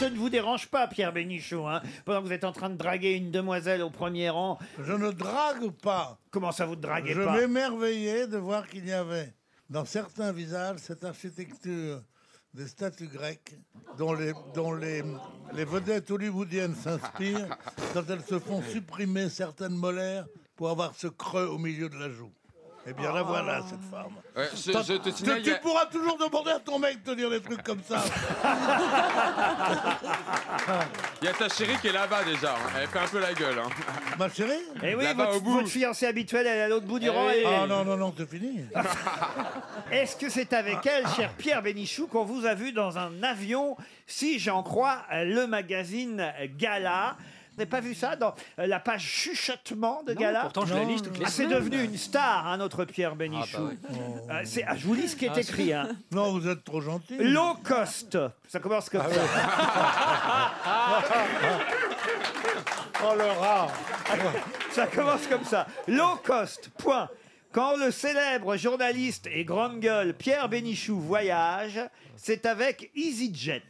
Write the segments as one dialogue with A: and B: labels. A: je ne vous dérange pas, Pierre Bénichou. hein. Pendant que vous êtes en train de draguer une demoiselle au premier rang.
B: Je ne drague pas.
A: Comment ça vous ne draguez
B: Je
A: pas
B: m'émerveillais de voir qu'il y avait dans certains visages cette architecture des statues grecques dont les, dont les, les vedettes hollywoodiennes s'inspirent quand elles se font supprimer certaines molaires pour avoir ce creux au milieu de la joue. Eh bien, la voilà, cette femme.
C: Ouais, je,
B: T'as-
C: je te
B: tu-
C: signale, il y
B: tu
C: a-
B: pourras toujours demander à ton mec de te dire des trucs comme ça.
C: il y, a ta chérie qui est là-bas déjà. hein. Elle fait un peu la gueule. hein.
B: Ma chérie
A: Et Eh oui,
C: Là-bas,
A: votre,
C: au bout. Eh Oh,
A: votre fiancée habituelle, elle est à l'autre bout du rang. et-
B: Ah non, non, non, c'est fini.
A: Est-ce que c'est avec
C: Ah,
A: elle, cher Pierre Bénichou, qu'on vous a vu dans un avion, si j'en crois euh, le magazine Gala Vous n'avez pas vu ça dans euh, la page chuchotement de Gala
D: Pourtant, je la lis toutes les
A: Ah, c'est
D: semaines.
A: devenu une star, hein, notre Pierre Bénichou.
D: bah
A: Euh, c'est- ah, je vous lis ce qui est écrit. hein.
B: Non, vous êtes trop gentil.
A: Low cost. Ça commence comme ça.
B: Oh le rat
A: Ça commence comme ça. Low cost, point. Quand le célèbre journaliste et grande gueule Pierre Bénichou voyage, c'est avec EasyJet.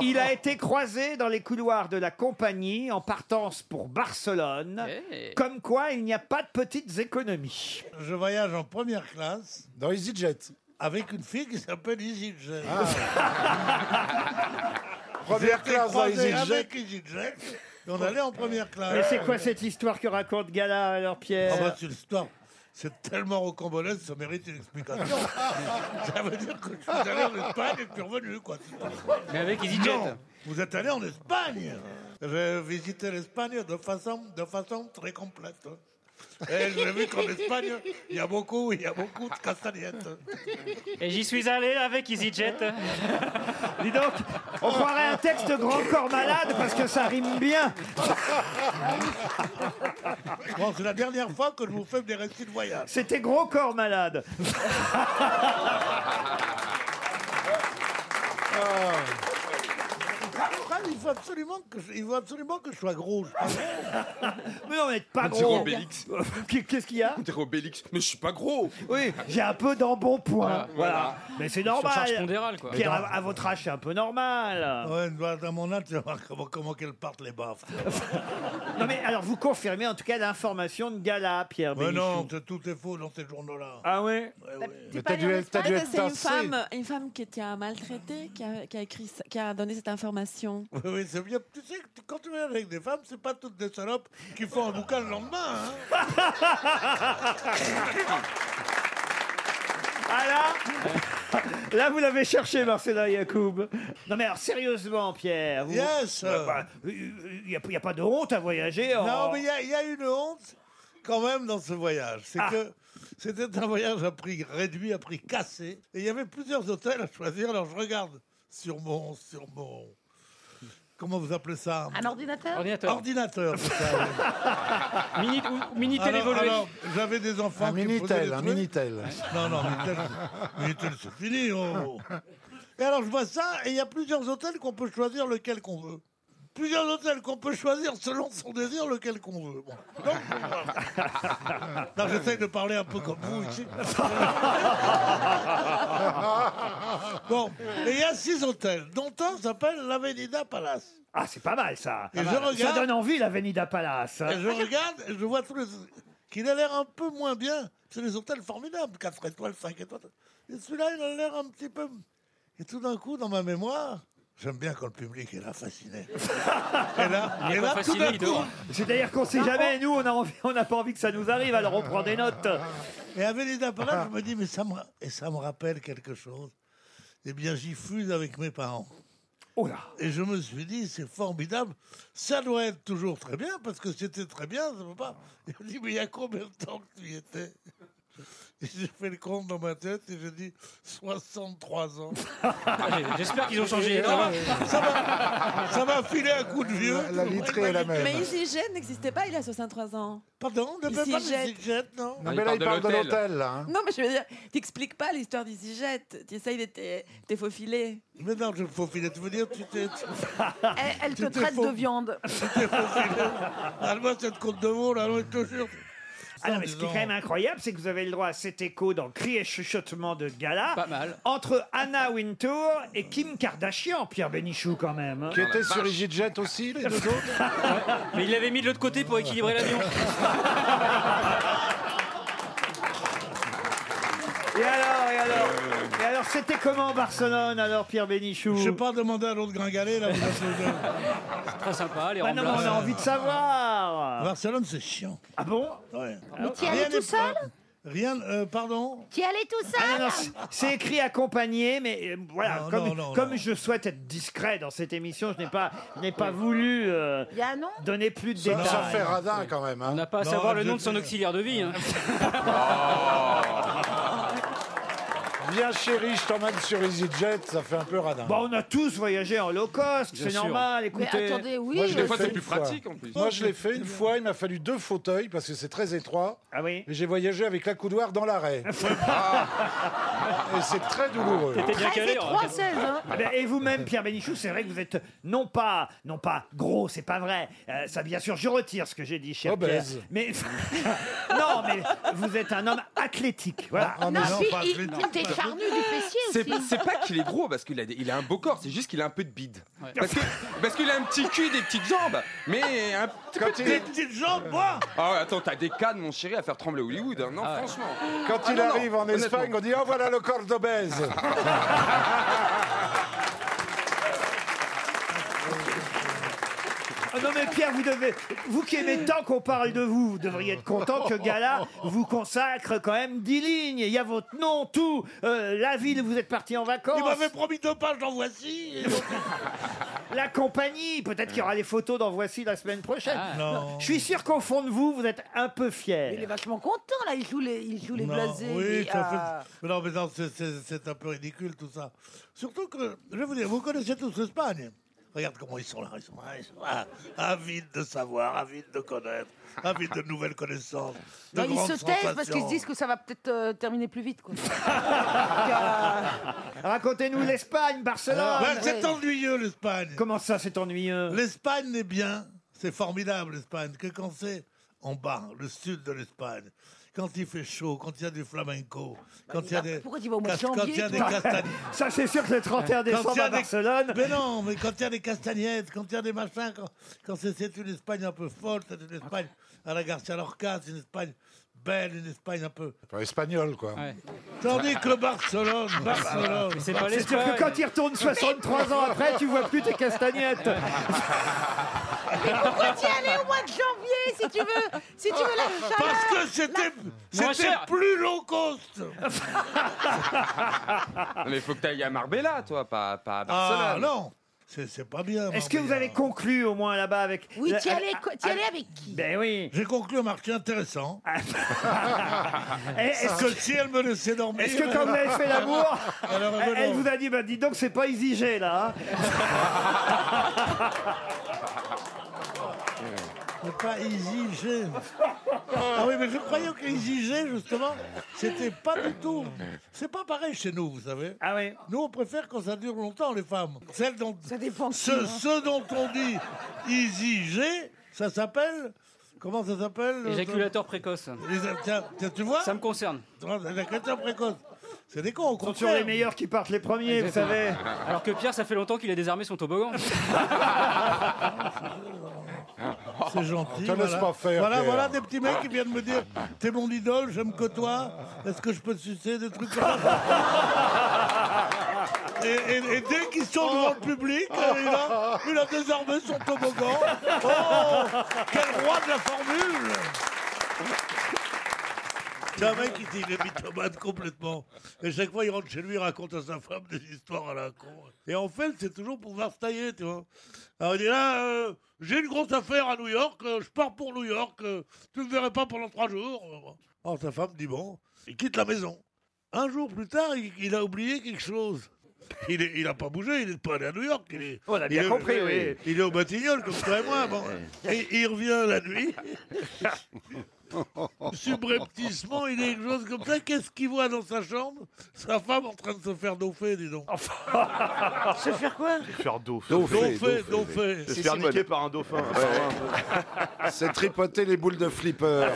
A: Il a été croisé dans les couloirs de la compagnie en partance pour Barcelone.
D: Eh.
A: Comme quoi, il n'y a pas de petites économies.
B: Je voyage en première classe
E: Dans EasyJet.
B: avec une fille qui s'appelle EasyJet.
E: Première
B: J'ai été
E: classe dans
B: croisé
E: EasyJet.
B: avec EasyJet et on allait en première
A: Mais
B: classe.
A: c'est quoi cette histoire que raconte Gala alors,
B: Ah bah,
A: Pierre
B: c'est l'histoire. C'est tellement rocambolesque, ça mérite une explication. ça veut dire que je suis allé en Espagne et puis revenu, quoi.
D: Mais avec EasyJet.
B: Non, vous êtes allé en Espagne. J'ai visité l'Espagne de façon, de façon très complète. Et j'ai vu qu'en Espagne, il y a beaucoup, il y a beaucoup de castagnettes.
D: Et j'y suis allé avec EasyJet.
A: Ah, Dis donc, on croirait un texte de grand corps malade parce que ça rime bien.
B: Bon, c'est la dernière fois que je vous fais des récits de voyage.
A: C'était gros corps malade.
B: Fran, Ah, il faut absolument que je, il faut absolument que je sois gros. je pense.
A: Mais non, mais pas
C: dirait
A: gros.
C: Obélix.
A: Qu'est-ce qu'il y a
C: On dirait Obélix. Mais je suis pas gros.
A: Oui, j'ai un peu d'embonpoint. Voilà.
C: Ah, voilà.
A: Mais c'est normal.
D: Surcharge pondérale, quoi.
A: Pierre, à, à votre âge, c'est un peu normal.
B: Ouais, bah, dans mon âge, tu vas voir comment, comment qu'elles partent les baffes.
A: Non, mais alors, vous confirmez en tout cas l'information de Gala, Pierre
B: Mais
A: Bénichou.
B: non, c'est- tout est faux dans ces journaux-là.
A: Ah oui
E: Mais t'as
F: T'es pas
E: dû
F: allé en
E: être- t'as dû
F: Espagne,
E: être
F: C'est une
E: pincé.
F: femme, une femme qui était maltraitée qui a, qui a écrit, ça- qui a donné cette information.
B: Oui, oui, c'est bien. Tu sais, que quand tu vas avec des femmes, c'est pas toutes des salopes qui font un bouquin le lendemain. hein.
A: Ah là Là, vous l'avez cherché, Marcela Yacoub. Non, mais alors, sérieusement, Pierre. vous-
B: Yes.
A: Bah, bah, Il n'y a, il y a pas de honte à voyager. en-
B: Non, mais il y a- il y, a une honte quand même dans ce voyage. C'est
A: Ah.
B: que c'était un voyage à prix réduit, à prix cassé. Et il y avait plusieurs hôtels à choisir. Alors je regarde sur mon. Sur mon comment vous appelez ça
G: Un ordinateur
D: Ordinateur.
B: Ordinateur, c'est ça. oui.
D: Mini, ou, Minitel
B: Alors,
D: évolué.
B: alors, j'avais des enfants
E: Un
B: qui me posaient
E: Minitel,
B: des
E: un
B: trucs.
E: Minitel.
B: Non, non, Minitel, Minitel, c'est fini. oh. Et alors, je vois ça, et il y a plusieurs hôtels qu'on peut choisir lequel qu'on veut. Plusieurs hôtels qu'on peut choisir selon son désir lequel qu'on veut. Bon. Donc, voilà. Non, j'essaye de parler un peu comme vous ici. bon, et il y a six hôtels, dont un s'appelle l'Avenida Palace.
A: Ah, c'est pas mal, ça.
B: Et je
A: Ça
B: regarde-
A: donne envie, l'Avenida Palace.
B: Et Ah, je regarde et je vois tous les... qu'il a l'air un peu moins bien. C'est des hôtels formidables, 4 étoiles, 5 étoiles. Et celui-là, il a l'air un petit peu... Et tout d'un coup, dans ma mémoire, j'aime bien quand le public est là fasciné. et là,
D: Il est
B: et
D: pas
B: là tout
D: fasciné,
B: d'un
D: il
B: coup...
D: dort.
A: C'est-à-dire qu'on sait jamais, nous, on a envie- on n'a pas envie que ça nous arrive, alors on prend des notes.
B: Et avec les appareils,
D: Ah.
B: je me dis, mais ça me, et ça me rappelle quelque chose. Eh bien, j'y fuse avec mes parents.
A: Oh là
B: Et je me suis dit, c'est formidable. Ça doit être toujours très bien, parce que c'était très bien, ça peut pas.
E: Ah.
B: Et on dit, mais il y a combien de temps que tu y étais Et j'ai fait le compte dans ma tête et je dis 63 ans.
D: Allez, J'espère qu'ils ont changé.
B: Ça m'a- ça m'a ça m'a filé un coup de vieux.
E: La vitrée est la
F: Mais
E: même.
F: EasyJet n'existait pas il y a 63 ans.
B: Pardon, ne
F: Il
B: fais
F: s'y
B: pas
F: jette.
B: les jets, non
E: Non,
C: Il
E: mais là,
C: parle
E: il
C: de
E: parle de
C: l'hôtel.
E: l'hôtel, là. hein.
F: Non, mais je veux dire, t'expliques pas l'histoire d'EasyJet. T'essayes de t'es t'es faufiler.
B: Mais non, je me faufilais. Tu veux dire, tu t'es tu
G: Elle, elle te
B: Tout est
G: traite
B: faux.
G: de viande.
B: t'es faufilé. Donne-moi cette côte de veau, là, non, je te jure.
A: Ah non, mais ce qui est quand même incroyable, c'est que vous avez le droit à cet écho dans Cris et chuchotement de gala.
D: Pas mal.
A: Entre Anna Wintour et Kim Kardashian, Pierre Bénichou, quand même. hein.
E: Qui était sur EasyJet aussi, les deux autres
D: Mais il l'avait mis de l'autre côté pour équilibrer l'avion.
A: Et alors, et alors Et alors, c'était comment Barcelone, alors, Pierre Bénichou
B: Euh. Je ne vais pas demander à l'autre gringalet, là. vous êtes les deux.
D: Très sympa, les
A: Bah non, mais on a
D: Ramblers.
A: envie de savoir
B: Barcelone, c'est chiant.
A: Ah bon
B: Ouais.
G: Mais t'y
B: Rien
G: allais
B: n'est
G: tout seul
B: propre. Rien. euh, pardon
G: T'y allais tout
A: Ah non,
G: seul
A: non, c'est- c'est écrit accompagné, mais euh, voilà,
B: Non,
A: comme,
B: non, non,
A: comme
B: non.
A: je souhaite être discret dans cette émission, je n'ai pas, je n'ai pas voulu euh,
G: Eh
F: Il y a un nom
A: donner plus de
E: Ça ça
A: détails.
E: fait radin quand même.
D: On
E: Hein.
D: n'a pas à
B: Non,
D: savoir le
B: je
D: nom de son
B: sais.
D: auxiliaire de vie. hein.
E: Viens chérie, je t'emmène sur EasyJet, ça fait un peu radin.
A: Bon, on a tous voyagé en low cost, c'est
D: sûr.
A: normal,
F: Mais
A: écoutez.
F: attendez, oui.
E: Moi, je l'ai
G: euh,
C: Des fois,
E: fait
C: c'est
E: une
C: plus
E: fois.
C: pratique en plus.
E: Moi, je l'ai fait une fois, il m'a fallu deux fauteuils parce que c'est très étroit.
A: Ah oui
E: Et j'ai voyagé avec la coudoir dans l'arrêt. Ah. Et c'est très douloureux.
D: T'es bien
G: Très
D: calé.
G: étroit,
D: hein.
G: seize, hein
A: Ah ben, et vous-même, Pierre Bénichou, c'est vrai que vous êtes non pas, non pas gros, c'est pas vrai. Euh, ça, bien sûr, je retire ce que j'ai dit, cher
E: Obèse.
A: Pierre. Mais non, mais vous êtes un homme athlétique. Voilà.
B: Ah, mais
G: Non,
B: non,
G: puis
B: pas
G: il-
B: athlétique,
G: t'es
B: pas
G: charnu du fessier
C: C'est
G: aussi.
C: c'est pas qu'il est gros parce qu'il a, des- il a un beau corps, c'est juste qu'il a un peu de bide. Parce que- Parce qu'il a un petit cul, des petites jambes, mais un petit peu de
B: Des
C: bide.
B: petites jambes, moi
C: Ah ouais, attends, t'as des cannes, mon chéri, à faire trembler Hollywood. hein. Non, franchement.
E: Quand
C: Ah
E: il
C: non, non,
E: arrive en
C: honnêtement.
E: Espagne, on dit Oh, voilà le corps d'obèse.
A: Ah non mais Pierre, vous devez, vous qui aimez tant qu'on parle de vous, vous devriez être content que Gala vous consacre quand même 10 lignes. Il y a votre nom, tout, euh, la ville où vous êtes parti en vacances,
B: Il m'avait promis deux pages, j'en voici. et donc-
A: la compagnie. Peut-être qu'il y aura les photos dans Voici la semaine prochaine.
B: Non.
A: Je suis sûr qu'au fond de vous, vous êtes un peu
F: Ah. Il est
A: fier.
F: vachement content, là. Il joue les, il joue les
B: Non,
F: blasés.
B: Oui,
F: les-
B: ça
F: ah.
G: euh,
B: fait... mais non, mais non, c'est- c'est c'est un peu ridicule tout ça. Surtout que, je vais vous dire, vous connaissez tous l'Espagne. Regarde comment ils sont là, ils sont là, ils sont là, avides de savoir, avides de connaître, avides de nouvelles connaissances. de
F: Non, ils se
B: grandes
F: taisent parce qu'ils se
B: sensations.
F: disent que ça va peut-être euh, terminer plus vite. Quoi.
A: Racontez-nous l'Espagne, Barcelone.
B: Ah, Ouais, Ben, c'est ennuyeux l'Espagne.
A: Comment ça, c'est ennuyeux
B: L'Espagne est bien, c'est formidable l'Espagne. Que quand c'est en bas, le sud de l'Espagne, quand il fait chaud, quand il y a du flamenco, quand il y a des
F: Pourquoi tu vas au mois de
B: quand il y a des
F: janvier, toi
B: castagnes.
A: Ça, c'est sûr que le 31
B: Quand il
A: décembre
B: y
A: à
B: a des-
A: Barcelone.
B: Mais non, mais quand il y a des castagnettes, quand il y a des machins, quand, quand c'est, c'est une Espagne un peu folle, c'est une Espagne à la Garcia Lorca, c'est une Espagne belle, une Espagne un peu.
E: Enfin, espagnol, quoi.
D: Ouais.
B: Tandis que Barcelone, Barcelone.
D: Mais hein. c'est pas
A: C'est sûr que
D: l'Espagne.
A: quand il retourne 63 ans après, tu vois plus tes castagnettes.
G: Pourquoi t'y allais au mois de janvier, si tu veux Si tu veux la
B: Parce que c'était,
D: Moins
B: c'était
D: cher.
B: plus low cost.
C: Non, mais faut que t'ailles à Marbella, toi, pas, pas à
B: Ah
C: Barcelone.
B: non, c'est, c'est pas bien.
A: Est-ce que vous
B: Marbella.
A: avez conclu au moins là-bas avec.
G: Oui,
A: la-
G: t'y allais,
A: à-
G: quoi- t'y
A: à-
G: allais avec qui
A: Ben oui.
B: J'ai conclu un marché intéressant.
A: Ah. Et Eh, Est-ce
B: Parce
A: que,
B: que si elle me laissait dormir,
A: est-ce que quand vous avez fait l'amour,
B: alors
A: elle, elle
B: non.
A: vous a dit bah, dis donc, c'est pas exigé là. hein.
B: C'est pas EasyJet. Ah oui, mais je croyais que EasyJet, justement, c'était pas du tout. C'est pas pareil chez nous, vous savez.
A: Ah oui.
B: Nous, on préfère quand ça dure longtemps, les femmes. Celles dont,
F: Ça dépend. hein.
B: ce, ce dont on dit EasyJet, ça s'appelle. Comment ça s'appelle le-
D: Éjaculateur précoce.
B: Les- tiens, tiens, tu vois
D: Ça me concerne.
B: L'éjaculateur précoce. C'est des cons, au
A: Ce sont toujours les
B: contraire.
A: meilleurs qui partent les premiers, vous savez.
D: Alors que Pierre, ça fait longtemps qu'il a désarmé son toboggan.
B: C'est gentil.
E: te Ah, laisse
B: voilà.
E: pas faire,
B: Voilà,
E: Pierre.
B: voilà des petits mecs qui viennent me dire T'es mon idole, j'aime que toi. Est-ce que je peux te sucer des trucs comme ça et, et- et dès qu'ils sont devant le public, euh, il a, il a désarmé son toboggan. Oh Quel roi de la formule c'est un mec qui dit, il est mythomane complètement. Et chaque fois, il rentre chez lui, il raconte à sa femme des histoires à la con. Et en fait, c'est toujours pour pouvoir se tailler, tu vois. Alors il dit là, euh, j'ai une grosse affaire à New York, euh, je pars pour New York, euh, tu me verrais pas pendant trois jours. Oh, Alors sa femme dit bon, il quitte la maison. Un jour plus tard, il, il a oublié quelque chose. Il est- il a pas bougé, il n'est pas allé à New York. Il est,
A: On a
B: il
A: bien
B: est-
A: compris, oui.
B: Il est au Batignolles, comme toi et moi. Bon. Et il revient la nuit. Subrepticement, il est quelque chose comme ça. Qu'est-ce qu'il voit dans sa chambre Sa femme en train de se faire daupher, dis donc.
H: Se faire quoi
I: Faire d'eau.
B: Daupher, daupher.
I: Se faire niquer par un dauphin.
E: C'est tripoter les boules de flipper.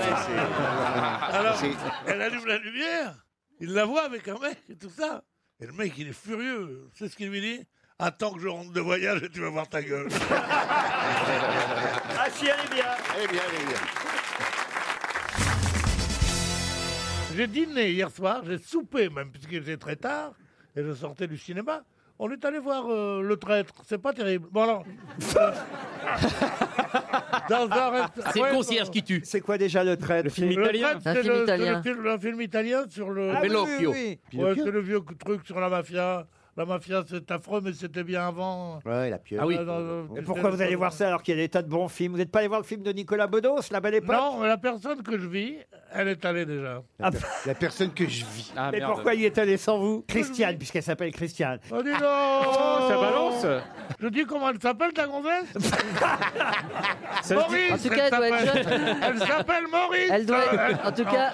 B: Alors, elle allume la lumière, il la voit avec un mec et tout ça. Et le mec, il est furieux. C'est ce qu'il lui dit Attends que je rentre de voyage et tu vas voir ta gueule.
A: Ah si, elle est bien.
E: Eh bien, eh bien.
B: J'ai dîné hier soir, j'ai soupé même, puisqu'il était très tard, et je sortais du cinéma. On est allé voir euh, Le Traître, c'est pas terrible. Bon alors... euh, Dans un resta-
J: C'est
B: Ouais,
J: le concierge
B: dans-
J: qui tue.
A: C'est quoi déjà le trait Le
B: Le Traître,
J: italien.
B: c'est
H: Un film
B: le- c'est
H: italien.
B: le film- un film italien sur le...
A: Ah,
J: Pinocchio.
B: Ouais, c'est le vieux truc sur la mafia. La mafia, c'est affreux, mais c'était bien avant.
H: Ouais, la pieuvre.
J: Ah oui.
B: Euh, dans- dans-
A: Et pourquoi vous allez voir ça alors qu'il y a des tas de bons films Vous n'êtes pas allé voir le film de Nicolas Bedos, La Belle Époque
B: Non, mais la personne que je vis, elle est allée déjà.
E: La personne que je vis.
D: Ah,
A: Mais
D: merde.
A: pourquoi il est allé sans vous Christiane, puisqu'elle s'appelle Christiane.
B: Oh, dis donc
D: Oh, ça balance
B: Je dis comment elle s'appelle, ta gonzesse
D: Ça se dit-
B: Maurice
H: En tout cas, elle doit être
B: s'appelle. Elle s'appelle Maurice
H: Elle doit
B: Euh,
H: être, en tout cas,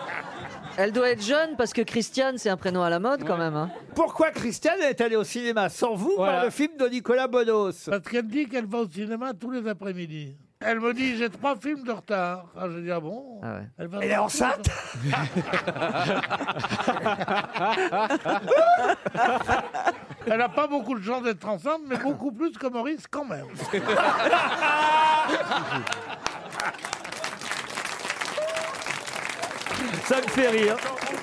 H: elle doit être jeune parce que Christiane, c'est un prénom à la mode quand même. hein.
A: Pourquoi Christiane est allée au cinéma sans vous
D: Voilà.
A: voir le film de Nicolas Bedos
B: Parce qu'elle dit qu'elle va au cinéma tous les après-midi. Elle me dit, j'ai trois films de retard. Ah, je dis, ah bon
H: Ah ouais.
B: elle, va
A: Elle est enceinte
B: Elle n'a pas beaucoup de chance d'être enceinte, mais beaucoup plus que Maurice quand même.
A: Ça me fait rire.
B: On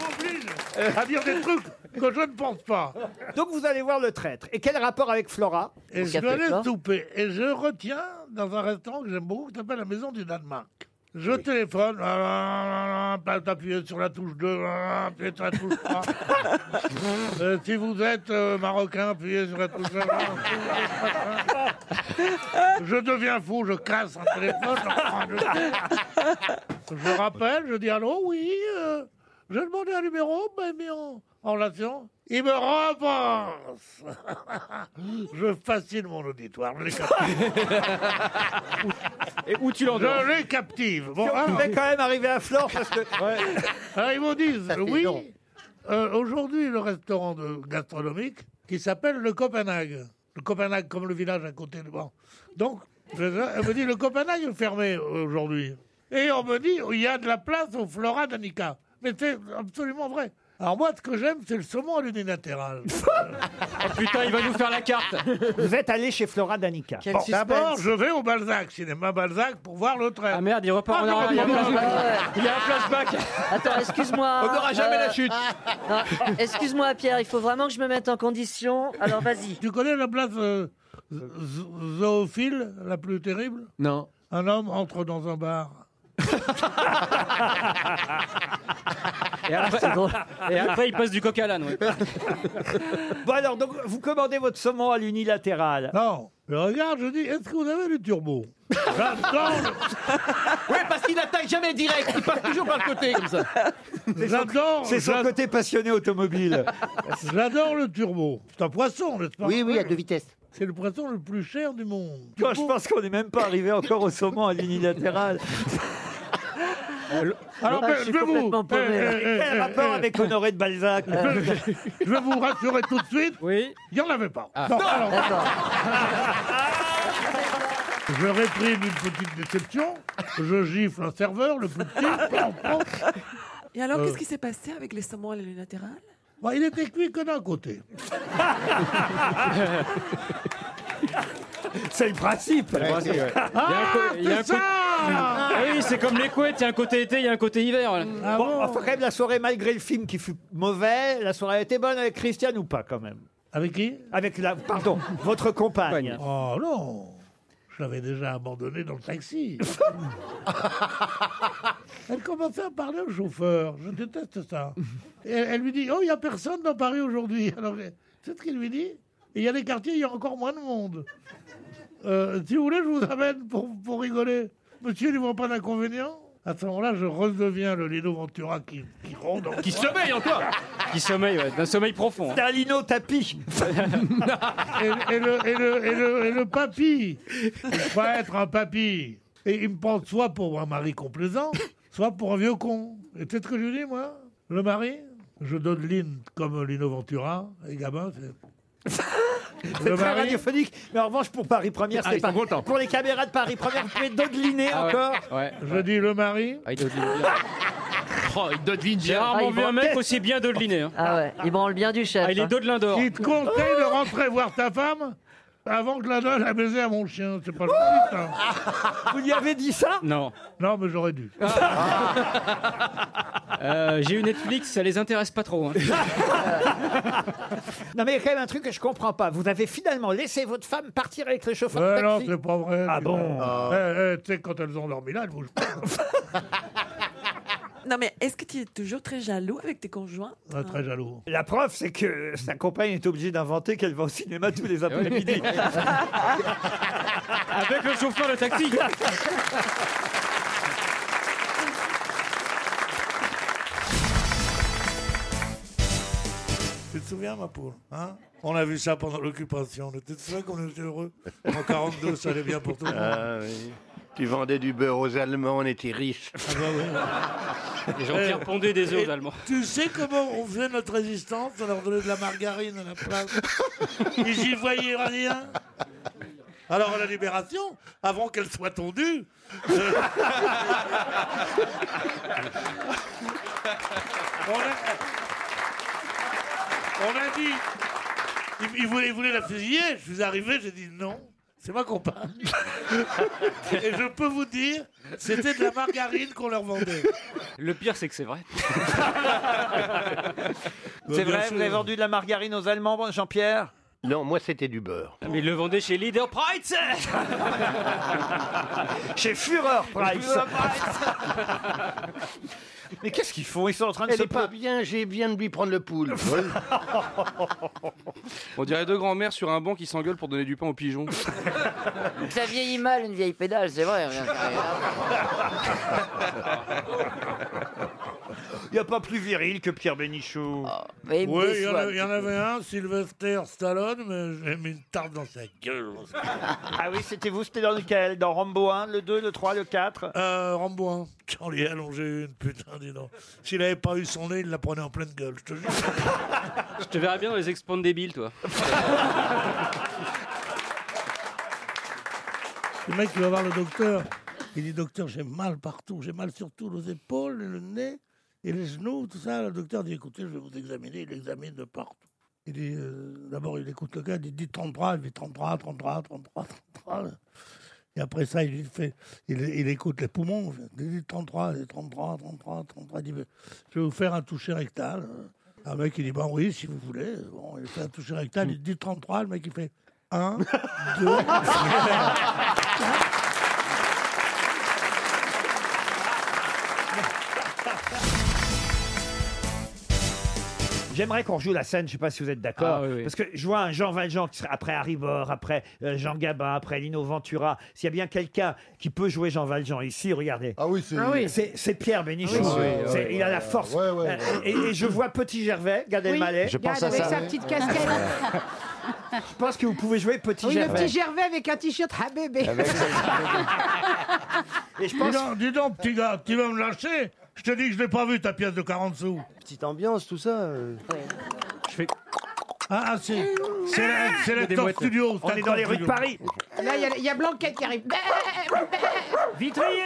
B: m'oblige à dire des trucs que je ne pense pas.
A: Donc vous allez voir le traître. Et quel rapport avec Flora
B: Et
H: Au
B: je
H: café
B: vais aller
H: Flore.
B: souper. Et je retiens dans un restaurant que j'aime beaucoup, qui s'appelle la Maison du Danemark. Je téléphone, ah, la, la, la, la, ah, t'appuyer sur la touche 2, la, la, ah, appuyer sur la touche 3. Euh, si vous êtes euh, marocain, appuyez sur la touche 1. je deviens fou, je casse un téléphone. j'en prends un autre. Je rappelle, je dis allô, oui, euh, j'ai demandé un numéro, ben, mis en, en relation. Il me repense je fascine mon auditoire, je les captive.
D: Et où tu l'endors
B: Je les captive. Bon, hein,
A: On
B: alors,
A: est quand même arrivé à Flore parce que
B: alors, Ah, ils me disent,
E: fait
B: oui,
E: long.
B: euh, aujourd'hui, le restaurant de- gastronomique qui s'appelle le Copenhague. Le Copenhague, comme le village à côté de moi. Donc, je- elle me dit, le Copenhague est fermé euh, aujourd'hui. Et on me dit, il y a de la place au Flora Danica. Mais c'est absolument vrai. Alors moi, ce que j'aime, c'est le saumon à l'unilatéral.
D: Ah, Putain, il va nous faire la carte
A: vous êtes allé chez Flora Danica.
H: Quel
B: Bon,
H: suspense.
B: d'abord, je vais au Balzac, cinéma Balzac, pour voir le train.
D: Ah merde, il repart en
B: Ah,
D: arrière.
B: non,
D: Il y a un
B: non, non,
D: flashback.
H: Ah ouais.
D: Il y a un flashback
H: Attends, excuse-moi.
D: Ah.
C: On n'aura jamais
H: euh,
C: la chute.
H: non, Excuse-moi, Pierre, il faut vraiment que je me mette en condition. Alors vas-y.
B: Tu connais la place euh, z- z- zoophile la plus terrible
D: Non.
B: Un homme entre dans un bar.
D: Et après,
H: C'est drôle.
D: et après, il passe du coq à l'âne. ouais.
A: Bon alors, donc vous commandez votre saumon à l'unilatéral.
B: Non. Je regarde, je dis, est-ce que vous avez du turbo J'adore le-
J: Ouais, parce qu'il n'attaque jamais direct. Il passe toujours par le côté, comme ça.
B: J'adore
A: C'est son
B: j'a-
A: côté passionné automobile.
B: j'adore le turbo. C'est un poisson, n'est-ce pas
J: Oui, oui, à deux vitesses.
B: C'est le poisson le plus cher du monde.
A: Quand je pense qu'on n'est même pas arrivé encore au saumon à l'unilatéral.
B: Alors,
H: Ah,
B: ben,
H: je suis
B: je vais vous...
H: complètement paumé,
B: eh,
H: là.
B: eh, eh,
A: Quel
B: eh,
A: rapport
B: eh,
A: avec Honoré de Balzac
B: Je vais vous rassurer tout de suite,
D: Oui.
B: il n'y en avait pas.
J: Ah.
B: Bon, alors,
H: D'accord.
B: Je réprime une petite déception, je gifle un serveur, le plus petit, plan, plan.
F: Et alors,
B: Euh.
F: qu'est-ce qui s'est passé avec les saumons à la latérale
B: Bon, il était cuit que d'un côté.
A: C'est le principe.
D: Il y a un co- il y a un
B: C'est
D: co-
B: ça
D: Ah oui, c'est comme les couettes, il y a un côté été, il y a un côté hiver. là.
B: Ah
A: Bon,
B: bon
A: enfin, quand même, la soirée, malgré le film qui fut mauvais, la soirée a été bonne avec Christiane ou pas, quand même
B: Avec qui
A: Avec la. Pardon, votre compagne.
B: Oh non Je l'avais déjà abandonné dans le taxi. elle commençait à parler au chauffeur. Je déteste ça. Et elle elle lui dit Oh, il n'y a personne dans Paris aujourd'hui. Alors, euh, c'est ce qu'il lui dit Il y a des quartiers, il y a encore moins de monde. Euh, si vous voulez, je vous amène pour, pour rigoler. Monsieur, il ne voit pas d'inconvénient à ce moment-là, je redeviens le Lino Ventura qui, qui ronde. en
D: Qui
B: moi.
D: sommeille encore Qui sommeille, ouais, d'un sommeil profond. hein.
A: Dalino tapis.
B: et, et le, et, le, et, le, et le papy. Il faut être un papy. Et il me prend soit pour un mari complaisant, soit pour un vieux con. Et tu sais ce que je lui dis, moi Le mari Je donne l'île comme Lino Ventura. Et gamin, c'est...
A: C'est
B: Le
A: très
B: mari-
A: radiophonique. Mais en revanche, pour Paris Première,
J: Ah,
A: c'est
J: ils
A: pas.
J: sont contents.
A: Pour les caméras de Paris Première, vous pouvez dodeliner
D: Ah ouais,
A: encore.
D: Ouais.
B: Je dis le mari.
D: Ah, il doit deviner bien.
J: Oh, il donne
D: J'ai
J: l'Indien.
D: rarement
H: il
D: vu
H: va-
D: un mec aussi bien dodeliné. Hein.
H: Ah ouais, il branle bien du chef.
D: Ah, il est
H: hein.
D: dodelin d'or.
B: Il te conseille de rentrer voir ta femme avant que la donne à baiser à mon chien. C'est pas le but, hein.
A: Vous lui avez dit ça
D: Non.
B: Non, mais j'aurais dû.
D: Euh, J'ai eu Netflix, ça les intéresse pas trop. hein.
A: Non, mais il y a quand même un truc que je comprends pas. Vous avez finalement laissé votre femme partir avec le chauffeur de
B: Ouais, non,
A: taxi.
B: c'est pas vrai.
A: Ah bon
B: Eh, eh, Tu sais, quand elles ont dormi là, elles bougent pas.
F: Non, mais est-ce que tu es toujours très jaloux avec tes conjoints
B: Ah, très jaloux.
A: La preuve, c'est que sa compagne est obligée d'inventer qu'elle va au cinéma tous les après-midi.
D: Avec le chauffeur de taxi.
B: Tu te souviens, ma poule hein On a vu ça pendant l'occupation. On était sûr qu'on était heureux. En 42, ça allait bien pour tout le monde.
I: Ah oui. Tu vendais du beurre aux Allemands, on était riches.
B: Ah bah
D: Et Jean-Pierre Pondé des œufs aux Allemands.
B: oui. Tu sais comment on faisait notre résistance On leur donnait de la margarine à la place. Ils y voyaient rien. Alors à la libération, avant qu'elle soit tondue, euh, on, a... on a dit, ils, ils voulaient, ils voulaient la fusiller. Je suis arrivé, j'ai dit non. C'est ma compagne. Et je peux vous dire, c'était de la margarine qu'on leur vendait.
D: Le pire, c'est que c'est vrai.
A: C'est vrai, vous avez vendu de la margarine aux Allemands, Jean-Pierre
I: Non, moi c'était du beurre.
D: Ah, Mais il le vendait chez Leader Price.
A: Chez Führer Price. Mais qu'est-ce qu'ils font Ils sont en train de
I: Elle
A: se
I: est pas
A: pas.
I: bien, j'ai bien de lui prendre le poule.
C: On dirait deux grands-mères sur un banc qui s'engueulent pour donner du pain aux pigeons.
G: Ça vieillit mal une vieille pédale, c'est vrai.
A: Il n'y a pas plus viril que Pierre Bénichou.
G: Oh, Mais il me
B: Oui, il y, en
G: déçoit.
B: a- il y en avait un, Sylvester Stallone, mais j'ai mis une tarte dans sa gueule.
A: Ah oui, c'était vous, c'était dans lequel Dans Rambo 1, le 2, le 3, le 4
B: Euh, Rambo, hein. j'en lui ai allongé une, putain, dis donc. S'il avait pas eu son nez, il la prenait en pleine gueule, je te jure.
D: Je te verrais bien dans les expons débiles, toi.
B: Le mec, il va voir le docteur. Il dit Docteur, j'ai mal partout. J'ai mal surtout aux épaules, le nez et les genoux, tout ça. Le docteur dit Écoutez, je vais vous examiner. Il examine de partout. Il dit euh, D'abord, il écoute le gars. Il dit, dit 33. Il dit 33, 33, 33, 33. Et après ça, il, fait, il, il écoute les poumons. Il dit 33, il dit 33, 33, 33. Il dit Mais Je vais vous faire un toucher rectal. Un mec, il dit Ben oui, si vous voulez. Bon, il fait un toucher rectal. Il dit 33. Le mec, il fait 1, 2.
A: J'aimerais qu'on rejoue la scène, je sais pas si vous êtes d'accord.
D: Ah oui, oui.
A: Parce que je vois un Jean Valjean qui serait après Harry Bor, après euh, Jean Gabin, après Lino Ventura. S'il y a bien quelqu'un qui peut jouer Jean Valjean ici, regardez.
E: Ah oui, c'est.
A: C'est c'est Pierre Bénichou.
E: Ah oui, oui,
A: C'est-
E: oui,
A: il a la force. Euh,
E: ouais, ouais.
A: Et, et je vois Petit Gervais, Gad Elmaleh.
I: Je pense à
G: avec
I: ça.
G: sa petite casquette.
K: Ah,
A: Je pense que vous pouvez jouer Petit
G: Oui, le
A: Gervais.
G: petit Gervais avec un t-shirt Ah bébé.
A: Et je
B: Dis
A: pense
B: donc, dis donc, petit gars, tu vas me lâcher Je te dis que je l'ai pas vu ta pièce de 40 sous.
I: Petite ambiance, tout ça. euh.
B: Ah, ah, c'est c'est la- c'est l'acteur
D: mouettes.
B: studio.
A: on est dans les rues de Paris.
G: Là, il y a- il y, a Blanquette qui arrive. Bah, bah, bah,
A: Vitrier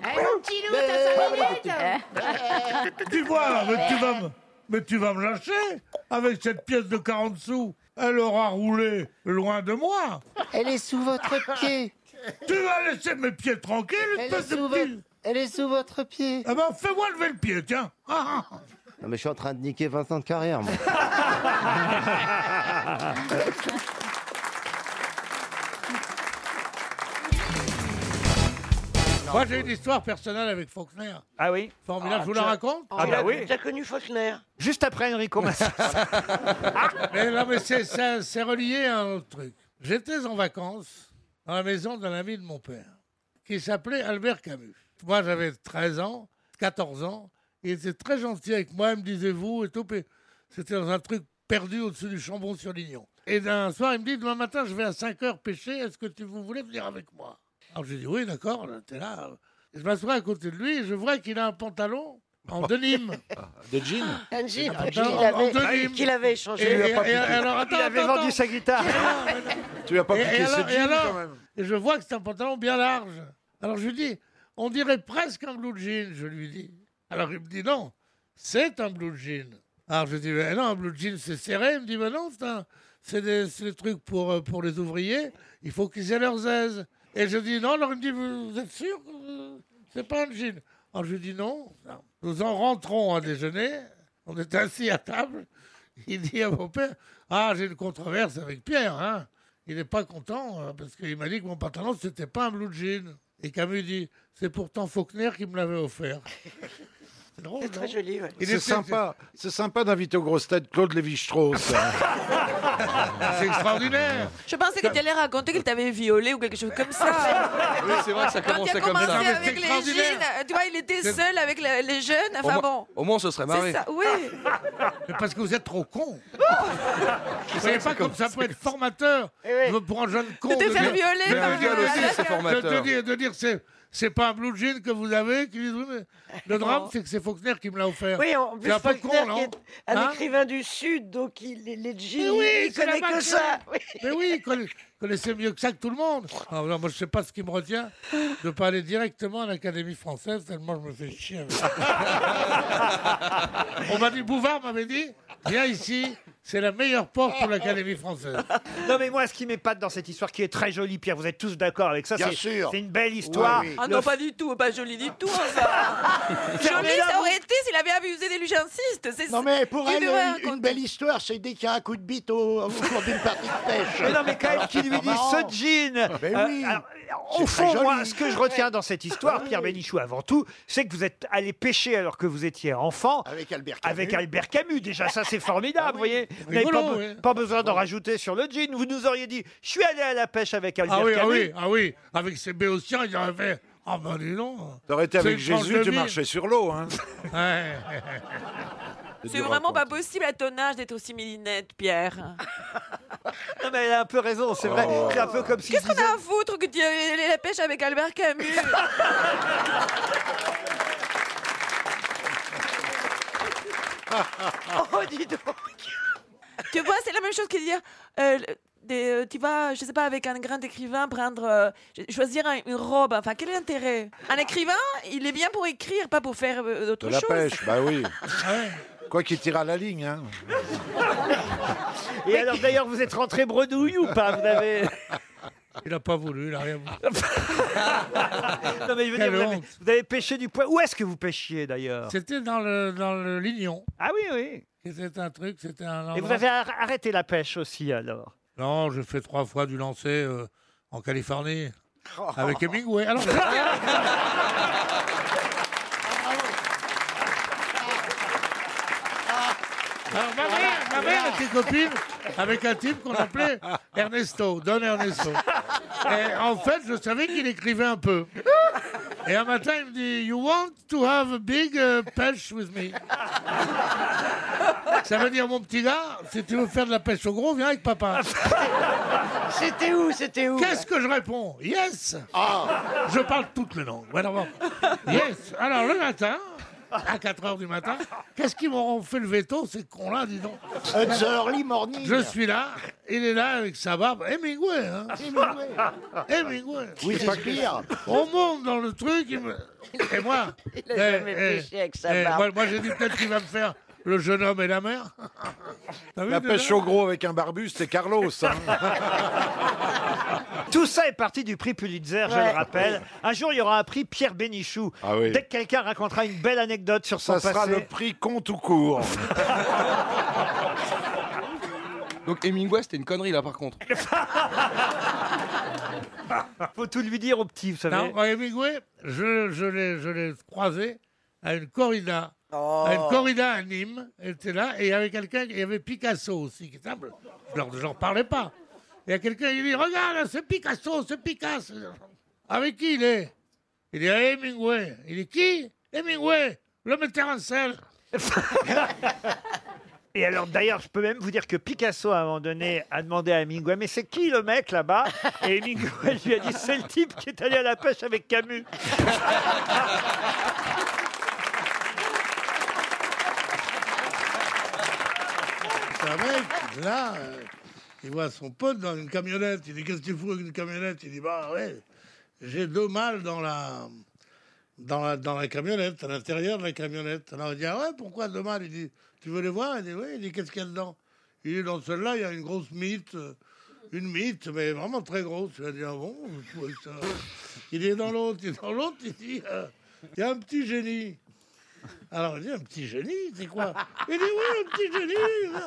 G: eh, mon petit loup, t'as 5 minutes
B: Tu vois, mais tu vas me, mais tu vas me lâcher avec cette pièce de 40 sous. Elle aura roulé loin de moi.
I: Elle est sous votre pied.
B: Tu vas laisser mes pieds tranquilles, espèce de petit.
I: Elle est sous votre pied.
B: Ah ben, fais-moi lever le pied, tiens. Ah, ah.
I: Non mais je suis en train de niquer 20 ans de carrière. Moi.
B: Moi, j'ai une histoire personnelle avec Faulkner.
A: Ah oui
B: Formidable, je vous la raconte
A: Ah bah oui
J: T'as connu Faulkner
A: Juste après Enrico Macias.
B: Eh, Mais non, mais c'est, ça- c'est relié à un autre truc. J'étais en vacances dans la maison d'un ami de mon père, qui s'appelait Albert Camus. Moi, j'avais 13 ans, 14 ans. Il était très gentil avec moi, il me disait vous et tout. puis C'était dans un truc perdu au-dessus du Chambon-sur-Lignon. Et d'un soir, il me dit demain matin, je vais à 5 heures pêcher. Est-ce que tu vous voulez venir avec moi Alors j'ai dit oui, d'accord, là, t'es là. Et je m'assois à côté de lui et je vois qu'il a un pantalon en denim.
E: De jean
G: Eh.
K: Un jean
B: Ah, Eh,
K: qu'il
B: en- en
K: avait,
B: denim.
K: qu'il avait
B: Et,
K: échangé.
B: et- et alors, attends,
A: Il avait
B: attends,
A: vendu
B: attends.
A: sa guitare.
E: Tu vas pas
B: Et- et
E: piquer
B: alors-
E: cette
B: et
E: jean
B: alors
E: quand même.
B: Et je vois que c'est un pantalon bien large. Alors je lui dis, on dirait presque un blue jean, je lui dis. Alors il me dit, non, c'est un blue jean. Alors Ah, je dis, mais non, un blue jean c'est serré. Il me dit, mais non, c'est un- c'est des, c'est des trucs pour, euh, pour les ouvriers, il faut qu'ils aient leurs aises. Et je dis, non, alors il me dit, vous, vous êtes sûr que euh, c'est pas un jean Alors je lui dis, non. Non. Nous en rentrons à déjeuner, on est assis à table. Il dit à mon père, ah, j'ai une controverse avec Pierre, hein. Il n'est pas content euh, parce qu'il m'a dit que mon pantalon, c'était pas un blue jean. Et Camus dit C'est pourtant Faulkner qui me l'avait offert. C'est drôle.
K: C'est très
B: non
K: joli, ouais.
B: Il
E: C'est
B: était-
E: sympa, c'est sympa d'inviter aux grosses têtes Claude Lévi-Strauss.
B: C'est extraordinaire.
F: Je pensais que tu allais raconter qu'il t'avait violé ou quelque chose comme ça.
C: Oui, c'est vrai que ça
F: Quand il
C: commençait
F: a
C: comme
F: commencé
C: ça.
B: mais c'est
F: avec les
B: extraordinaire.
F: jeunes, tu vois, il était seul avec le- les jeunes.
C: Au
F: Enfin
C: moins,
F: bon.
C: au moins, on se serait
F: C'est
C: marré.
F: ça, oui.
B: Mais parce que vous êtes trop con. Vous savez pas comme ça peut être formateur
K: Eh oui.
B: pour un jeune con.
F: Tu t'es
B: de
F: fait
B: dire-
F: violer
B: Mais
F: par
B: un
F: un-
B: viol aussi,
F: Alain.
B: de,
C: c'est
B: de
C: formateur.
B: dire, de dire c'est, c'est pas un blue jean que vous avez. qui- Le drame,
F: Non.
B: c'est que c'est Faulkner qui me l'a offert.
K: Oui, en plus,
B: C'est un peu
K: Faulkner,
B: con, non
K: qui est un
B: Hein
K: écrivain du Sud, donc il, les, les jeans,
B: oui,
K: il
B: c'est
K: connaît
B: là-bas
K: que
B: que-
K: ça. Oui.
B: Mais oui, il conna- connaissait mieux que ça que tout le monde. Alors, non, moi, je sais pas ce qui me retient de pas aller directement à l'Académie française, tellement je me fais chier. avec ça. On m'a dit, Bouvard m'avait dit, viens ici, c'est la meilleure porte pour l'Académie française.
A: Non mais moi, ce qui m'épate dans cette histoire, qui est très jolie, Pierre, vous êtes tous d'accord avec ça
I: Bien
A: c'est-
I: sûr.
A: C'est une belle histoire.
I: Oui, oui.
F: Ah
A: Le
F: non, pas du tout, pas joli du tout. hein, ça. joli,
A: Fermez-la,
F: ça
A: vous.
F: aurait été s'il avait abusé des lugencistes. c'est-
I: Non mais pour
F: Il
I: elle,
F: devrait
I: une- une,
F: raconter.
I: belle histoire, c'est dès qu'il y a un coup de bite au, au cours d'une partie de pêche.
A: Mais non, mais quand même, qui lui dit ce jean
I: Ben oui. C'est
A: Au fond,
I: très
A: moi,
I: joli.
A: ce que je retiens dans cette histoire, Pierre Bénichou, avant tout, c'est que vous êtes allé pêcher alors que vous étiez enfant.
K: Ah,
I: Avec Albert Camus.
A: Avec Albert Camus, déjà, ça c'est formidable, vous voyez. Vous n'avez
B: Rigolo,
A: pas, be-
B: ouais.
A: pas besoin d'en rajouter sur le jean. Vous nous auriez dit, je suis allé à la pêche avec Albert
B: Ah oui, ah
A: Camus.
B: oui, ah oui, avec ces béotiens, il aurait fait. Ah ben dis donc.
E: T'aurais été
B: C'est
E: avec
B: une tranche
E: Jésus,
B: de
E: tu
B: vie.
E: marchais sur l'eau. Hein.
B: Ouais.
F: C'est vraiment pas possible à ton âge d'être aussi millinette, Pierre.
A: Non, mais elle a un peu raison, c'est vrai. C'est un peu comme si.
F: Qu'est-ce qu'on a à foutre que tu aies allé à la pêche avec Albert Camus
K: Oh, dis donc.
F: Tu vois, c'est la même chose que dire. euh, des, euh, tu vas, je sais pas, avec un grand écrivain, prendre, euh, ch- choisir un- une robe. Enfin, quel est l'intérêt Un écrivain, il est bien pour écrire, pas pour faire euh,
E: De
F: d'autres
E: la
F: choses.
E: pêche, bah oui.
B: Ouais.
E: Quoi qu'il tire à la ligne. Hein.
A: Et alors d'ailleurs, vous êtes rentré bredouille ou pas Vous avez.
B: Il n'a pas voulu, il n'a rien voulu.
A: Non, mais je veux dire,
B: Quelle
A: vous avez,
B: honte.
A: vous avez pêché du poisson. Où est-ce que vous pêchiez d'ailleurs
B: C'était dans le, dans le Lignon.
A: Ah oui, oui.
B: C'était un truc, c'était un.
A: Et vous
B: endroit-
A: avez ar- arrêté la pêche aussi alors
B: Non, j'ai fait trois fois du lancer euh, en Californie avec Hemingway. Ah Alors, Alors, ma mère, ma mère était copine avec un type qu'on appelait Ernesto, Don Ernesto. Et en fait, je savais qu'il écrivait un peu. Et un matin, il me dit You want to have a big euh, pêche with me Ça veut dire, mon petit gars, si tu veux faire de la pêche au gros, viens avec papa.
K: C'était où C'était où
B: Qu'est-ce que je réponds Yes
I: Ah.
B: Je parle toutes les langues. Ouais, d'abord. Yes Alors, le matin, à 4 h du matin, qu'est-ce qu'ils m'auront fait le veto, ces cons-là, dis donc
I: It's early morning.
B: Je suis là, il est là avec sa barbe. Hemingway, hein
I: Hemingway.
B: Hemingway
I: With his beer.
B: On monte dans le truc, il me- et moi
K: Il a
B: eh,
K: jamais
B: eh,
K: pêché avec sa
B: eh,
K: barbe.
B: Moi, moi, j'ai dit peut-être qu'il va me faire le jeune homme et la mère. T'as vu,
E: La
B: déjà
E: pêche au gros avec un barbu, c'est Carlos. hein.
A: Tout ça est parti du prix Pulitzer, je
K: Ouais.
A: le rappelle. Un jour, il y aura un prix Pierre Bénichou.
E: Ah oui.
A: Dès que quelqu'un racontera une belle anecdote sur son
E: Ça sera
A: passé.
E: le prix con tout court.
C: Donc Hemingway, c'était une connerie là par contre.
A: Faut tout lui dire au petit, vous savez.
B: Non, moi, Hemingway, je, je l'ai- je l'ai croisé à une corrida. À
A: Oh.
B: une corrida à Nîmes, elle était là, et il y avait quelqu'un, il y avait Picasso aussi, qui était là. Je leur, je leur parlais pas. Il y a quelqu'un qui dit Regarde, ce Picasso, ce Picasso. Avec qui il est Il est Hemingway. Il est qui Hemingway, le metteur en scène.
A: Et alors, d'ailleurs, je peux même vous dire que Picasso, à un moment donné, a demandé à Hemingway, mais c'est qui le mec là-bas Et Hemingway lui a dit, c'est le type qui est allé à la pêche avec Camus.
B: C'est un mec, là, euh, il voit son pote dans une camionnette. Il dit Qu'est-ce que tu fous avec une camionnette Il dit Bah ouais, j'ai deux mâles dans la, dans la, dans la camionnette, à l'intérieur de la camionnette. Alors il dit Ah ouais, pourquoi deux mâles Il dit Tu veux les voir Il dit Oui, il dit Qu'est-ce qu'il y a dedans Il dit Dans celle-là, il y a une grosse mythe. euh, Une mythe, mais vraiment très grosse. Il a dit Ah bon je trouvais ça. Il est dans l'autre. Il est dans l'autre. Il dit euh, Il y a un petit génie. Alors il dit un petit génie, c'est quoi Il dit oui, un petit génie.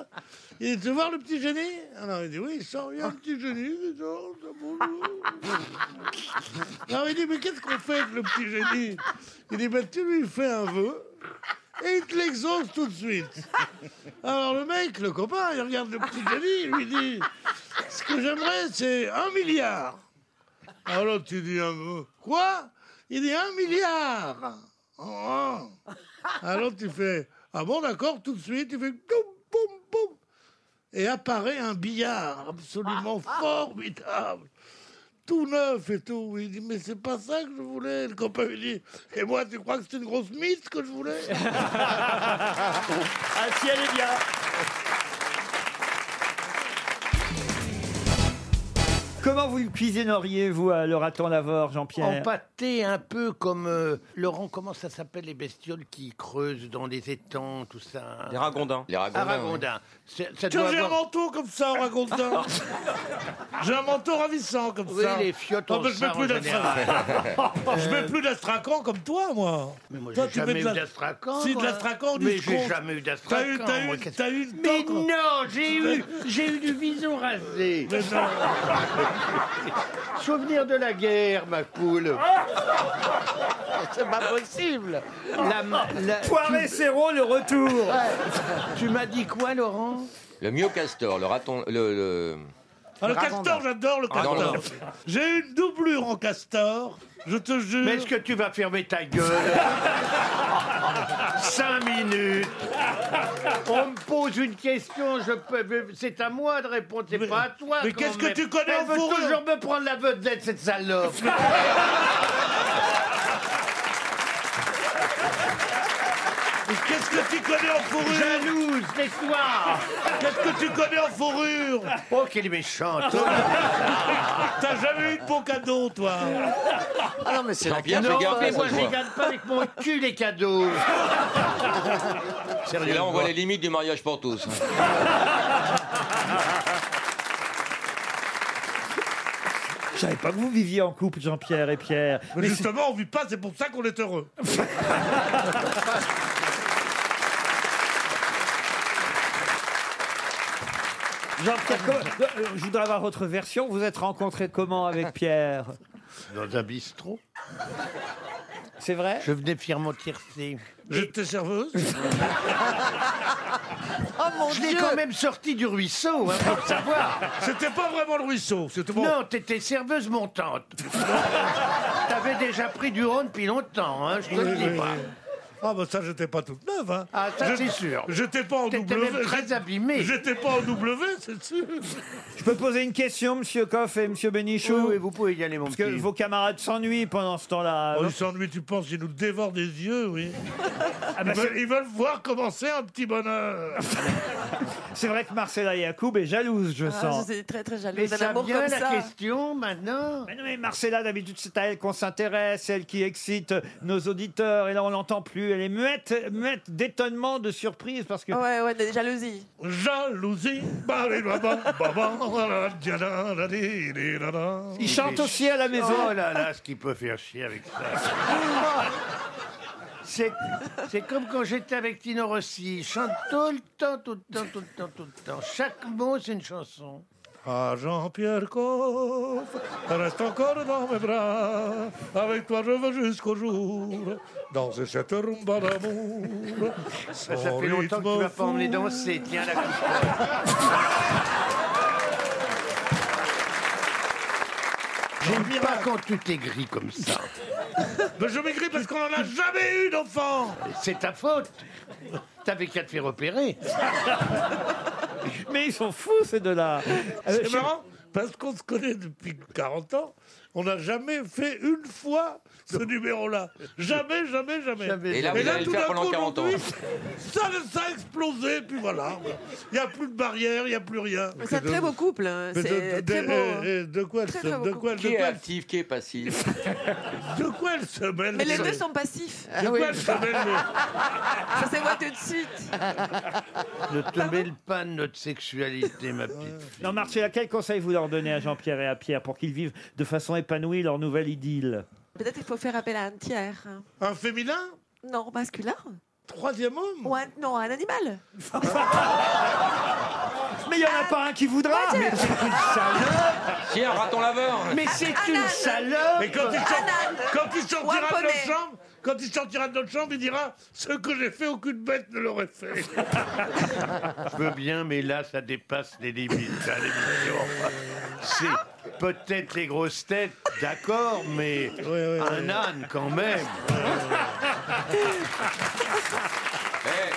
B: Il dit tu veux voir le petit génie Alors il dit oui, il sort, il y a un petit génie. Il dit, Oh, ça, bonjour. Alors il dit mais qu'est-ce qu'on fait avec le petit génie Il dit ben tu lui fais un vœu et il te l'exauce tout de suite. Alors le mec, le copain, il regarde le petit génie, il lui dit ce que j'aimerais c'est un milliard. Alors l'autre, tu dis un mot. Quoi Il dit un milliard. Oh, oh. Alors tu fais ah bon d'accord tout de suite tu fais boum boum boum et apparaît un billard absolument
K: Ah,
B: formidable tout neuf et tout il dit mais c'est pas ça que je voulais le copain lui dit et moi tu crois que c'est une grosse mythe que je voulais
A: ah si elle est bien Comment vous le cuisineriez, vous, euh, le raton laveur,
K: En
A: Jean-Pierre
K: pâté un peu comme euh, Laurent, comment ça s'appelle les bestioles qui creusent dans les étangs, tout ça
I: hein
L: Les ragondins. Les ragondins,
K: Ragondins. Ah, C'est- Ça
B: Tiens,
K: doit
B: j'ai un
K: avoir...
B: manteau comme ça, on raconte ça. j'ai un manteau ravissant comme
K: Oui,
B: ça.
K: les fiottes
B: Ah,
K: ont
B: ben, je
K: ça
B: mets plus
K: en général.
B: d'astracan. je mets plus d'astracan comme toi, moi. Mais
K: moi, j'ai jamais eu d'astracan,
B: Si, de
K: moi.
B: l'astracan, du
K: Mais
B: scotch.
K: j'ai jamais eu d'astracan,
B: T'as eu, t'as
K: moi,
B: eu,
K: qu'est-ce-
B: t'as eu une
K: Mais
B: tangue.
K: non, j'ai eu, j'ai eu du bison rasé.
B: Mais
K: Souvenir de la guerre, ma poule.
B: Ah
K: C'est pas possible. La,
A: Poiré Serrault, le retour.
K: tu m'as dit quoi, Laurent
L: Le mio castor, le raton. Le, le...
B: Ah, le castor, j'adore le
L: Ah, non,
B: castor.
L: non.
B: J'ai eu une doublure en castor, je te jure.
K: Mais est-ce que tu vas fermer ta gueule Cinq minutes. On me pose une question, je peux. C'est à moi de répondre, c'est pas à toi.
B: mais
K: quand
B: qu'est-ce que
K: même.
B: tu connais
K: Elle
B: au
K: veut
B: fourrure
K: toujours me prendre la vedette, cette salope.
B: Mais Qu'est-ce que tu connais en fourrure
K: Jalouse, laisse-moi.
B: Qu'est-ce que tu connais en fourrure
K: Oh, qu'elle est méchante.
B: T'as jamais eu de bon cadeau, toi.
K: non, mais
L: c'est la Jean-Pierre, guerre. fais gaffe,
K: mais
L: ça
K: moi,
L: se
K: je
L: voit.
K: gagne pas avec mon cul les cadeaux.
L: Et là, on voit les limites du mariage pour tous.
A: Je savais pas que vous viviez en couple, Jean-Pierre et Pierre.
B: Mais justement, on vit pas, c'est pour ça qu'on est heureux. Ah
A: Jean-Pierre, comment- euh, euh, je voudrais avoir votre version. Vous êtes rencontré comment avec Pierre
K: Dans un bistrot.
A: C'est vrai
K: Je venais fièrement tiercer.
B: J'étais serveuse.
K: Oh mon je l'ai quand même sorti du ruisseau, hein, faut le savoir.
B: C'était pas vraiment le ruisseau. C'était bon.
K: Non, t'étais serveuse montante. T'avais déjà pris du rhum depuis longtemps, hein, je te le
B: Oui, oui,
K: dis pas.
B: oui. Ah bah ça, j'étais pas toute neuve. Hein.
K: Ah, ça,
B: Je-
K: c'est sûr.
B: J'étais pas en
K: T'étais
B: W.
K: même très abîmé.
B: J'étais pas en W, c'est sûr.
A: Je peux poser une question, Monsieur Coff et Monsieur Bénichou
K: Oui, oui, vous pouvez y aller, mon
A: Parce que
K: petit.
A: vos camarades s'ennuient pendant ce temps-là.
B: Oh,
A: non
B: ils s'ennuient, tu penses, ils nous dévorent des yeux, oui.
A: Ah, bah,
B: Ils veulent,
A: c'est-
B: ils veulent voir commencer un petit bonheur.
A: C'est vrai que Marcela Yacoub est jalouse, je
F: Ah,
A: sens.
F: c'est très très jaloux
K: Mais
F: d'un
K: ça
F: amour
K: vient
F: comme
K: la
F: ça.
K: question maintenant.
A: Mais non, mais Marcella, d'habitude, c'est à elle qu'on s'intéresse, c'est elle qui excite nos auditeurs, et là, on l'entend plus. Elle est muette, muette d'étonnement, de surprise, parce que.
F: Ouais, ouais, de jalousie.
B: Jalousie. Bah, les babas, babas, la, la, dia, la, la, di, di, la, la.
A: Il chante aussi à la maison.
K: Oh là là, ce qu'il peut faire chier avec ça. C'est, c'est comme quand j'étais avec Tino Rossi. Il chante tout le temps, tout le temps, tout le temps, tout le temps. Chaque mot, c'est une chanson.
B: Ah, Jean-Pierre Coff, reste encore dans mes bras. Avec toi, je veux jusqu'au jour. Danser cette rumba d'amour.
K: Ça, ça fait longtemps que tu m'as pas emmené danser. Tiens, la J'aime pas quand tu t'aigris comme ça. Mais je m'aigris parce qu'on n'en a jamais eu d'enfant. C'est ta faute. T'avais qu'à te faire opérer.
A: Mais ils sont fous, ces deux-là. Euh,
B: C'est marrant, parce qu'on se connaît depuis 40 ans, on n'a jamais fait une fois ce numéro-là. Jamais, jamais, jamais.
L: Et là, vous allez le
B: tout
L: faire
B: d'un
L: pendant
B: coup,
L: 40 ans.
B: aujourd'hui, Ça, ça a explosé, puis voilà. Il n'y a plus de barrière, il n'y a plus rien.
F: C'est un très beau couple. hein.
B: Mais de-
F: C'est
B: de-
F: très
B: de-
F: beau. hein.
B: eh, eh, de quoi elle
F: Très,
B: se-
F: très beau
B: de quoi elle-
F: couple.
B: de
L: Qui est
B: quoi elle-
L: actif, qui est passif
B: de quoi elle se mêle
F: Mais les
B: ce-
F: deux sont Ah passifs.
B: De quoi elle se mêle le-
F: Ça se voit tout de suite.
K: Ne te mêle pas de notre sexualité, ma
B: Euh,
K: petite.
A: Non, Marcella, quel conseil vous leur donnez à Jean-Pierre et à Pierre pour qu'ils vivent de façon épanouie leur nouvelle idylle
F: Peut-être qu'il faut faire appel à un tiers. hein.
B: Un féminin
F: Non, masculin.
B: Troisième homme
F: Ou un, non, un animal.
A: Mais il n'y en a pas un qui voudra Mais vous êtes une salope
L: Qui est un raton laveur
K: Mais c'est une
B: Mais quand il, sort-
K: salope
B: quand il
F: Ou un
B: sortira de notre
F: poney.
B: chambre, quand il sortira de notre chambre, il dira ce que j'ai fait, aucune bête ne l'aurait fait.
K: Je veux bien, mais là, ça dépasse les limites à l'émission. C'est peut-être les grosses têtes, d'accord, mais un âne quand même.
L: Eh,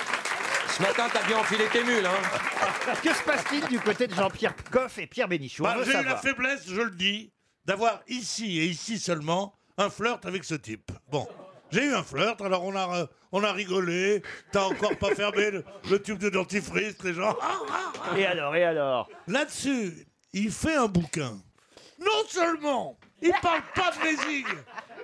L: Ce matin, t'as bien enfilé tes mules, hein
A: Que se passe-t-il du côté de Jean-Pierre Coff et Pierre Bénichou On
B: Bah,
A: veut
B: j'ai eu la
A: savoir.
B: faiblesse, je le dis, d'avoir ici et ici seulement un flirt avec ce type. Bon, j'ai eu un flirt, alors on a, euh, on a rigolé, t'as encore pas fermé le, le tube de dentifrice, les gens.
A: Et alors, et alors
B: Là-dessus, il fait un bouquin. Non seulement il parle pas de Lésing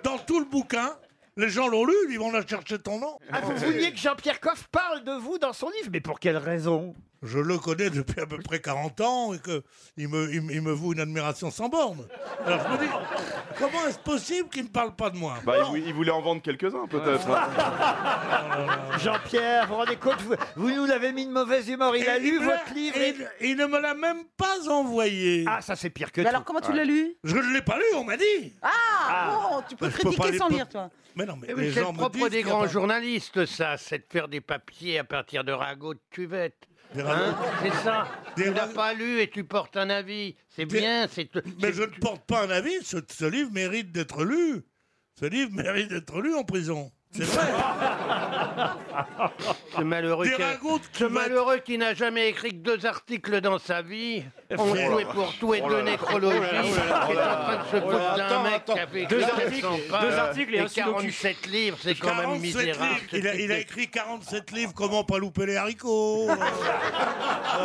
B: dans tout le bouquin, les gens l'ont lu, ils vont a cherché ton nom.
J: Ah, vous vouliez que Jean-Pierre Coff parle de vous dans son livre, mais pour quelle raison
B: Je le connais depuis à peu près 40 ans et qu'il me, il, me- il me voue une admiration sans borne. Alors je me dis, comment est-ce possible qu'il ne parle pas de moi
M: Bah, il
B: Non.
M: vou- il, voulait en vendre quelques-uns, peut-être. hein.
J: Jean-Pierre, vous vous rendez compte, vous, vous nous l'avez mis de mauvaise humeur. Il a
B: Et il
J: lu
B: me
J: votre
B: l'a-
J: livre.
B: et il- il ne me l'a même pas envoyé.
J: Ah, ça c'est pire que
G: Mais
J: tout.
G: alors, comment tu l'as lu
B: Je ne l'ai pas lu, on m'a dit.
G: Ah, bon, tu peux
B: Bah, Je peux pas
G: critiquer
B: les
G: sans
B: peu-
G: lire, toi.
B: Mais non, mais
K: Eh oui,
B: les
K: c'est
B: gens
K: le
B: me
K: propre
B: disent
K: des
B: qu'il y a
K: grands
B: pas-
K: journalistes, ça, c'est de faire des papiers à partir de ragots de cuvette. Hein
B: Des ragots.
K: c'est ça.
B: Des
K: tu l'as
B: ra-
K: pas lu et tu portes un avis. C'est
B: Des-
K: bien. C'est
B: Mais je ne porte pas un avis, ce, ce livre mérite d'être lu. Ce livre mérite d'être lu en prison. C'est vrai.
K: Ah,
M: Ah,
K: ce malheureux,
B: Des
K: qui a-
B: ragots de
K: ce
B: cuvette.
K: malheureux qui n'a jamais écrit que deux articles dans sa vie. On
B: Oh là
K: jouait
B: là.
K: pour tout et
M: Oh là
K: deux
M: là.
K: nécrologies.
M: Oh là là, oh là là,
K: qui est
M: oh là
K: en train de se
M: là.
K: foutre d'un
M: Attends,
K: mec
M: attends.
K: qui a fait
M: Deux
K: 400
M: articles,
K: pages,
M: deux articles et un
K: et
M: sudoku.
K: 47 livres, c'est quand même
B: 47
K: misérable.
B: livres. Il a, il a écrit 47 livres, comment pas louper les haricots. euh,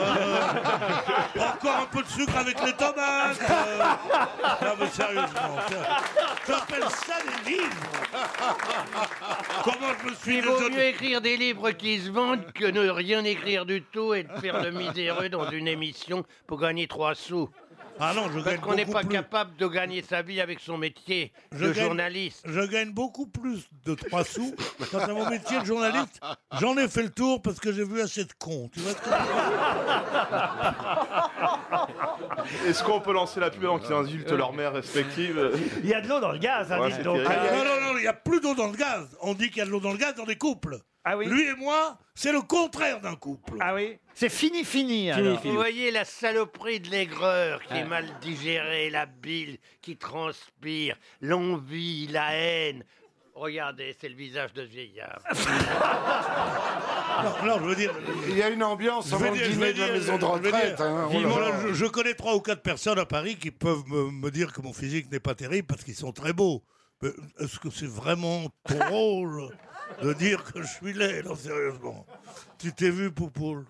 B: euh, encore un peu de sucre avec les tomates. euh. Non mais sérieusement, ça- t'appelles ça des livres Comment je me suis
K: Il vaut
B: désolé-
K: mieux écrire des livres qui se vendent que ne rien écrire du tout et de faire le miséreux dans une émission pour gagner trois sous.
B: Ah non, je
K: Parce
B: gagne
K: qu'on n'est
B: beaucoup
K: pas
B: plus.
K: capable de gagner sa vie avec son métier
B: Je
K: de
B: gagne-
K: journaliste.
B: Je gagne beaucoup plus de 3 sous. Quant à mon métier de journaliste, j'en ai fait le tour parce que j'ai vu assez de cons. Tu vois ce que je veux dire
M: Est-ce qu'on peut lancer la pub avant qu'ils insultent leur mère respective
A: Il y a de l'eau dans le gaz, hein,
M: Ouais,
A: dites
M: c'est
A: donc.
M: terrible.
B: Non, non, non, il n'y a plus d'eau dans le gaz. On dit qu'il y a de l'eau dans le gaz dans des couples.
A: Ah oui
B: Lui et moi, c'est le contraire d'un couple.
A: Ah oui C'est fini, fini. alors.
K: Vous voyez la saloperie de l'aigreur qui est mal digérée, la bile qui transpire, l'envie, la haine. Regardez, c'est le visage de ce vieillard.
B: Non, non, je veux dire.
E: Il y a une ambiance
B: Je, veux
E: avant le
B: dire, je veux
E: dîner de la
B: dire,
E: maison de
B: je veux
E: retraite.
B: dire,
E: hein, oh là
B: vivement,
E: là.
B: je, je connais trois ou quatre personnes à Paris qui peuvent me, me dire que mon physique n'est pas terrible parce qu'ils sont très beaux. Mais est-ce que c'est vraiment ton rôle de dire que je suis laid Non, sérieusement. Tu t'es vu, Poupoule